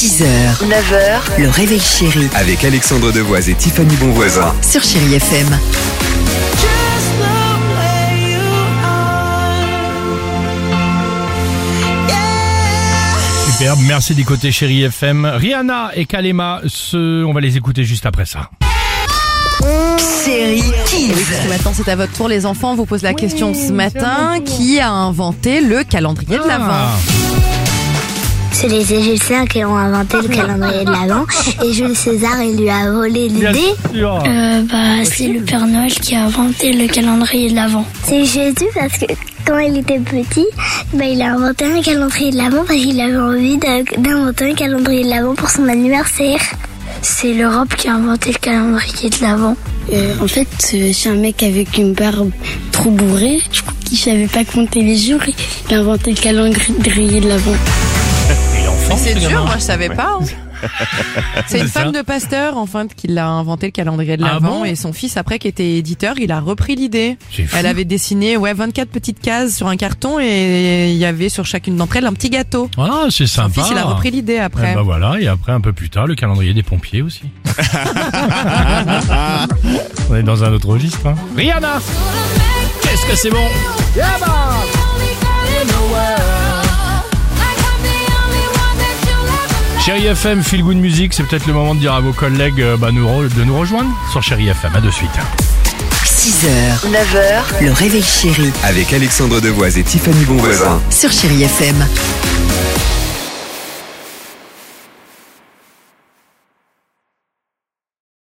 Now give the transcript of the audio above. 6h, 9h, le réveil chéri Avec Alexandre Devoise et Tiffany Bonvoisin. sur Chérie FM. Superbe, merci d'écouter Chéri FM. Rihanna et Kalema, ce, on va les écouter juste après ça. Chérie Kids. Ce matin, c'est à votre tour, les enfants. On vous pose la question ce matin qui a inventé le calendrier de l'Avent C'est les Égyptiens qui ont inventé le calendrier de l'Avent et Jules César il lui a volé Bien l'idée. sûr. Ah, bah, c'est le Père Noël qui a inventé le calendrier de l'Avent. C'est Jésus parce que quand il était petit, bah, il a inventé un calendrier de l'Avent parce qu'il avait envie d'a- d'inventer un calendrier de l'Avent pour son anniversaire. C'est l'Europe qui a inventé le calendrier de l'Avent. en fait, euh, je suis un mec avec une barbe trop bourrée. Du coup, qui savait pas compter les jours, il a inventé le calendrier de l'Avent. C'est dur, moi je savais pas. hein. C'est une C'est ça. femme de pasteur en fait qui l'a inventé le calendrier de Ah l'Avent bon et son fils après qui était éditeur, il a repris l'idée. C'est fou. Elle avait dessiné ouais 24 petites cases sur un carton et il y avait sur chacune d'entre elles un petit gâteau. Ah, c'est Son sympa. fils il a repris l'idée Eh après. ben voilà, et après un peu plus tard, le calendrier des pompiers aussi. on est dans un autre registre. hein. Rihanna Qu'est-ce que c'est bon Only girl in the world. Like I'm the only one that you'll ever know. Chérie FM, Feel Good Music, c'est peut-être le moment de dire à vos collègues euh, bah, nous re- de nous rejoindre sur Chérie FM. À de suite. 6h, 9h, le réveil chéri Avec Alexandre Devoise et Tiffany Bonvoisin. sur Chérie FM.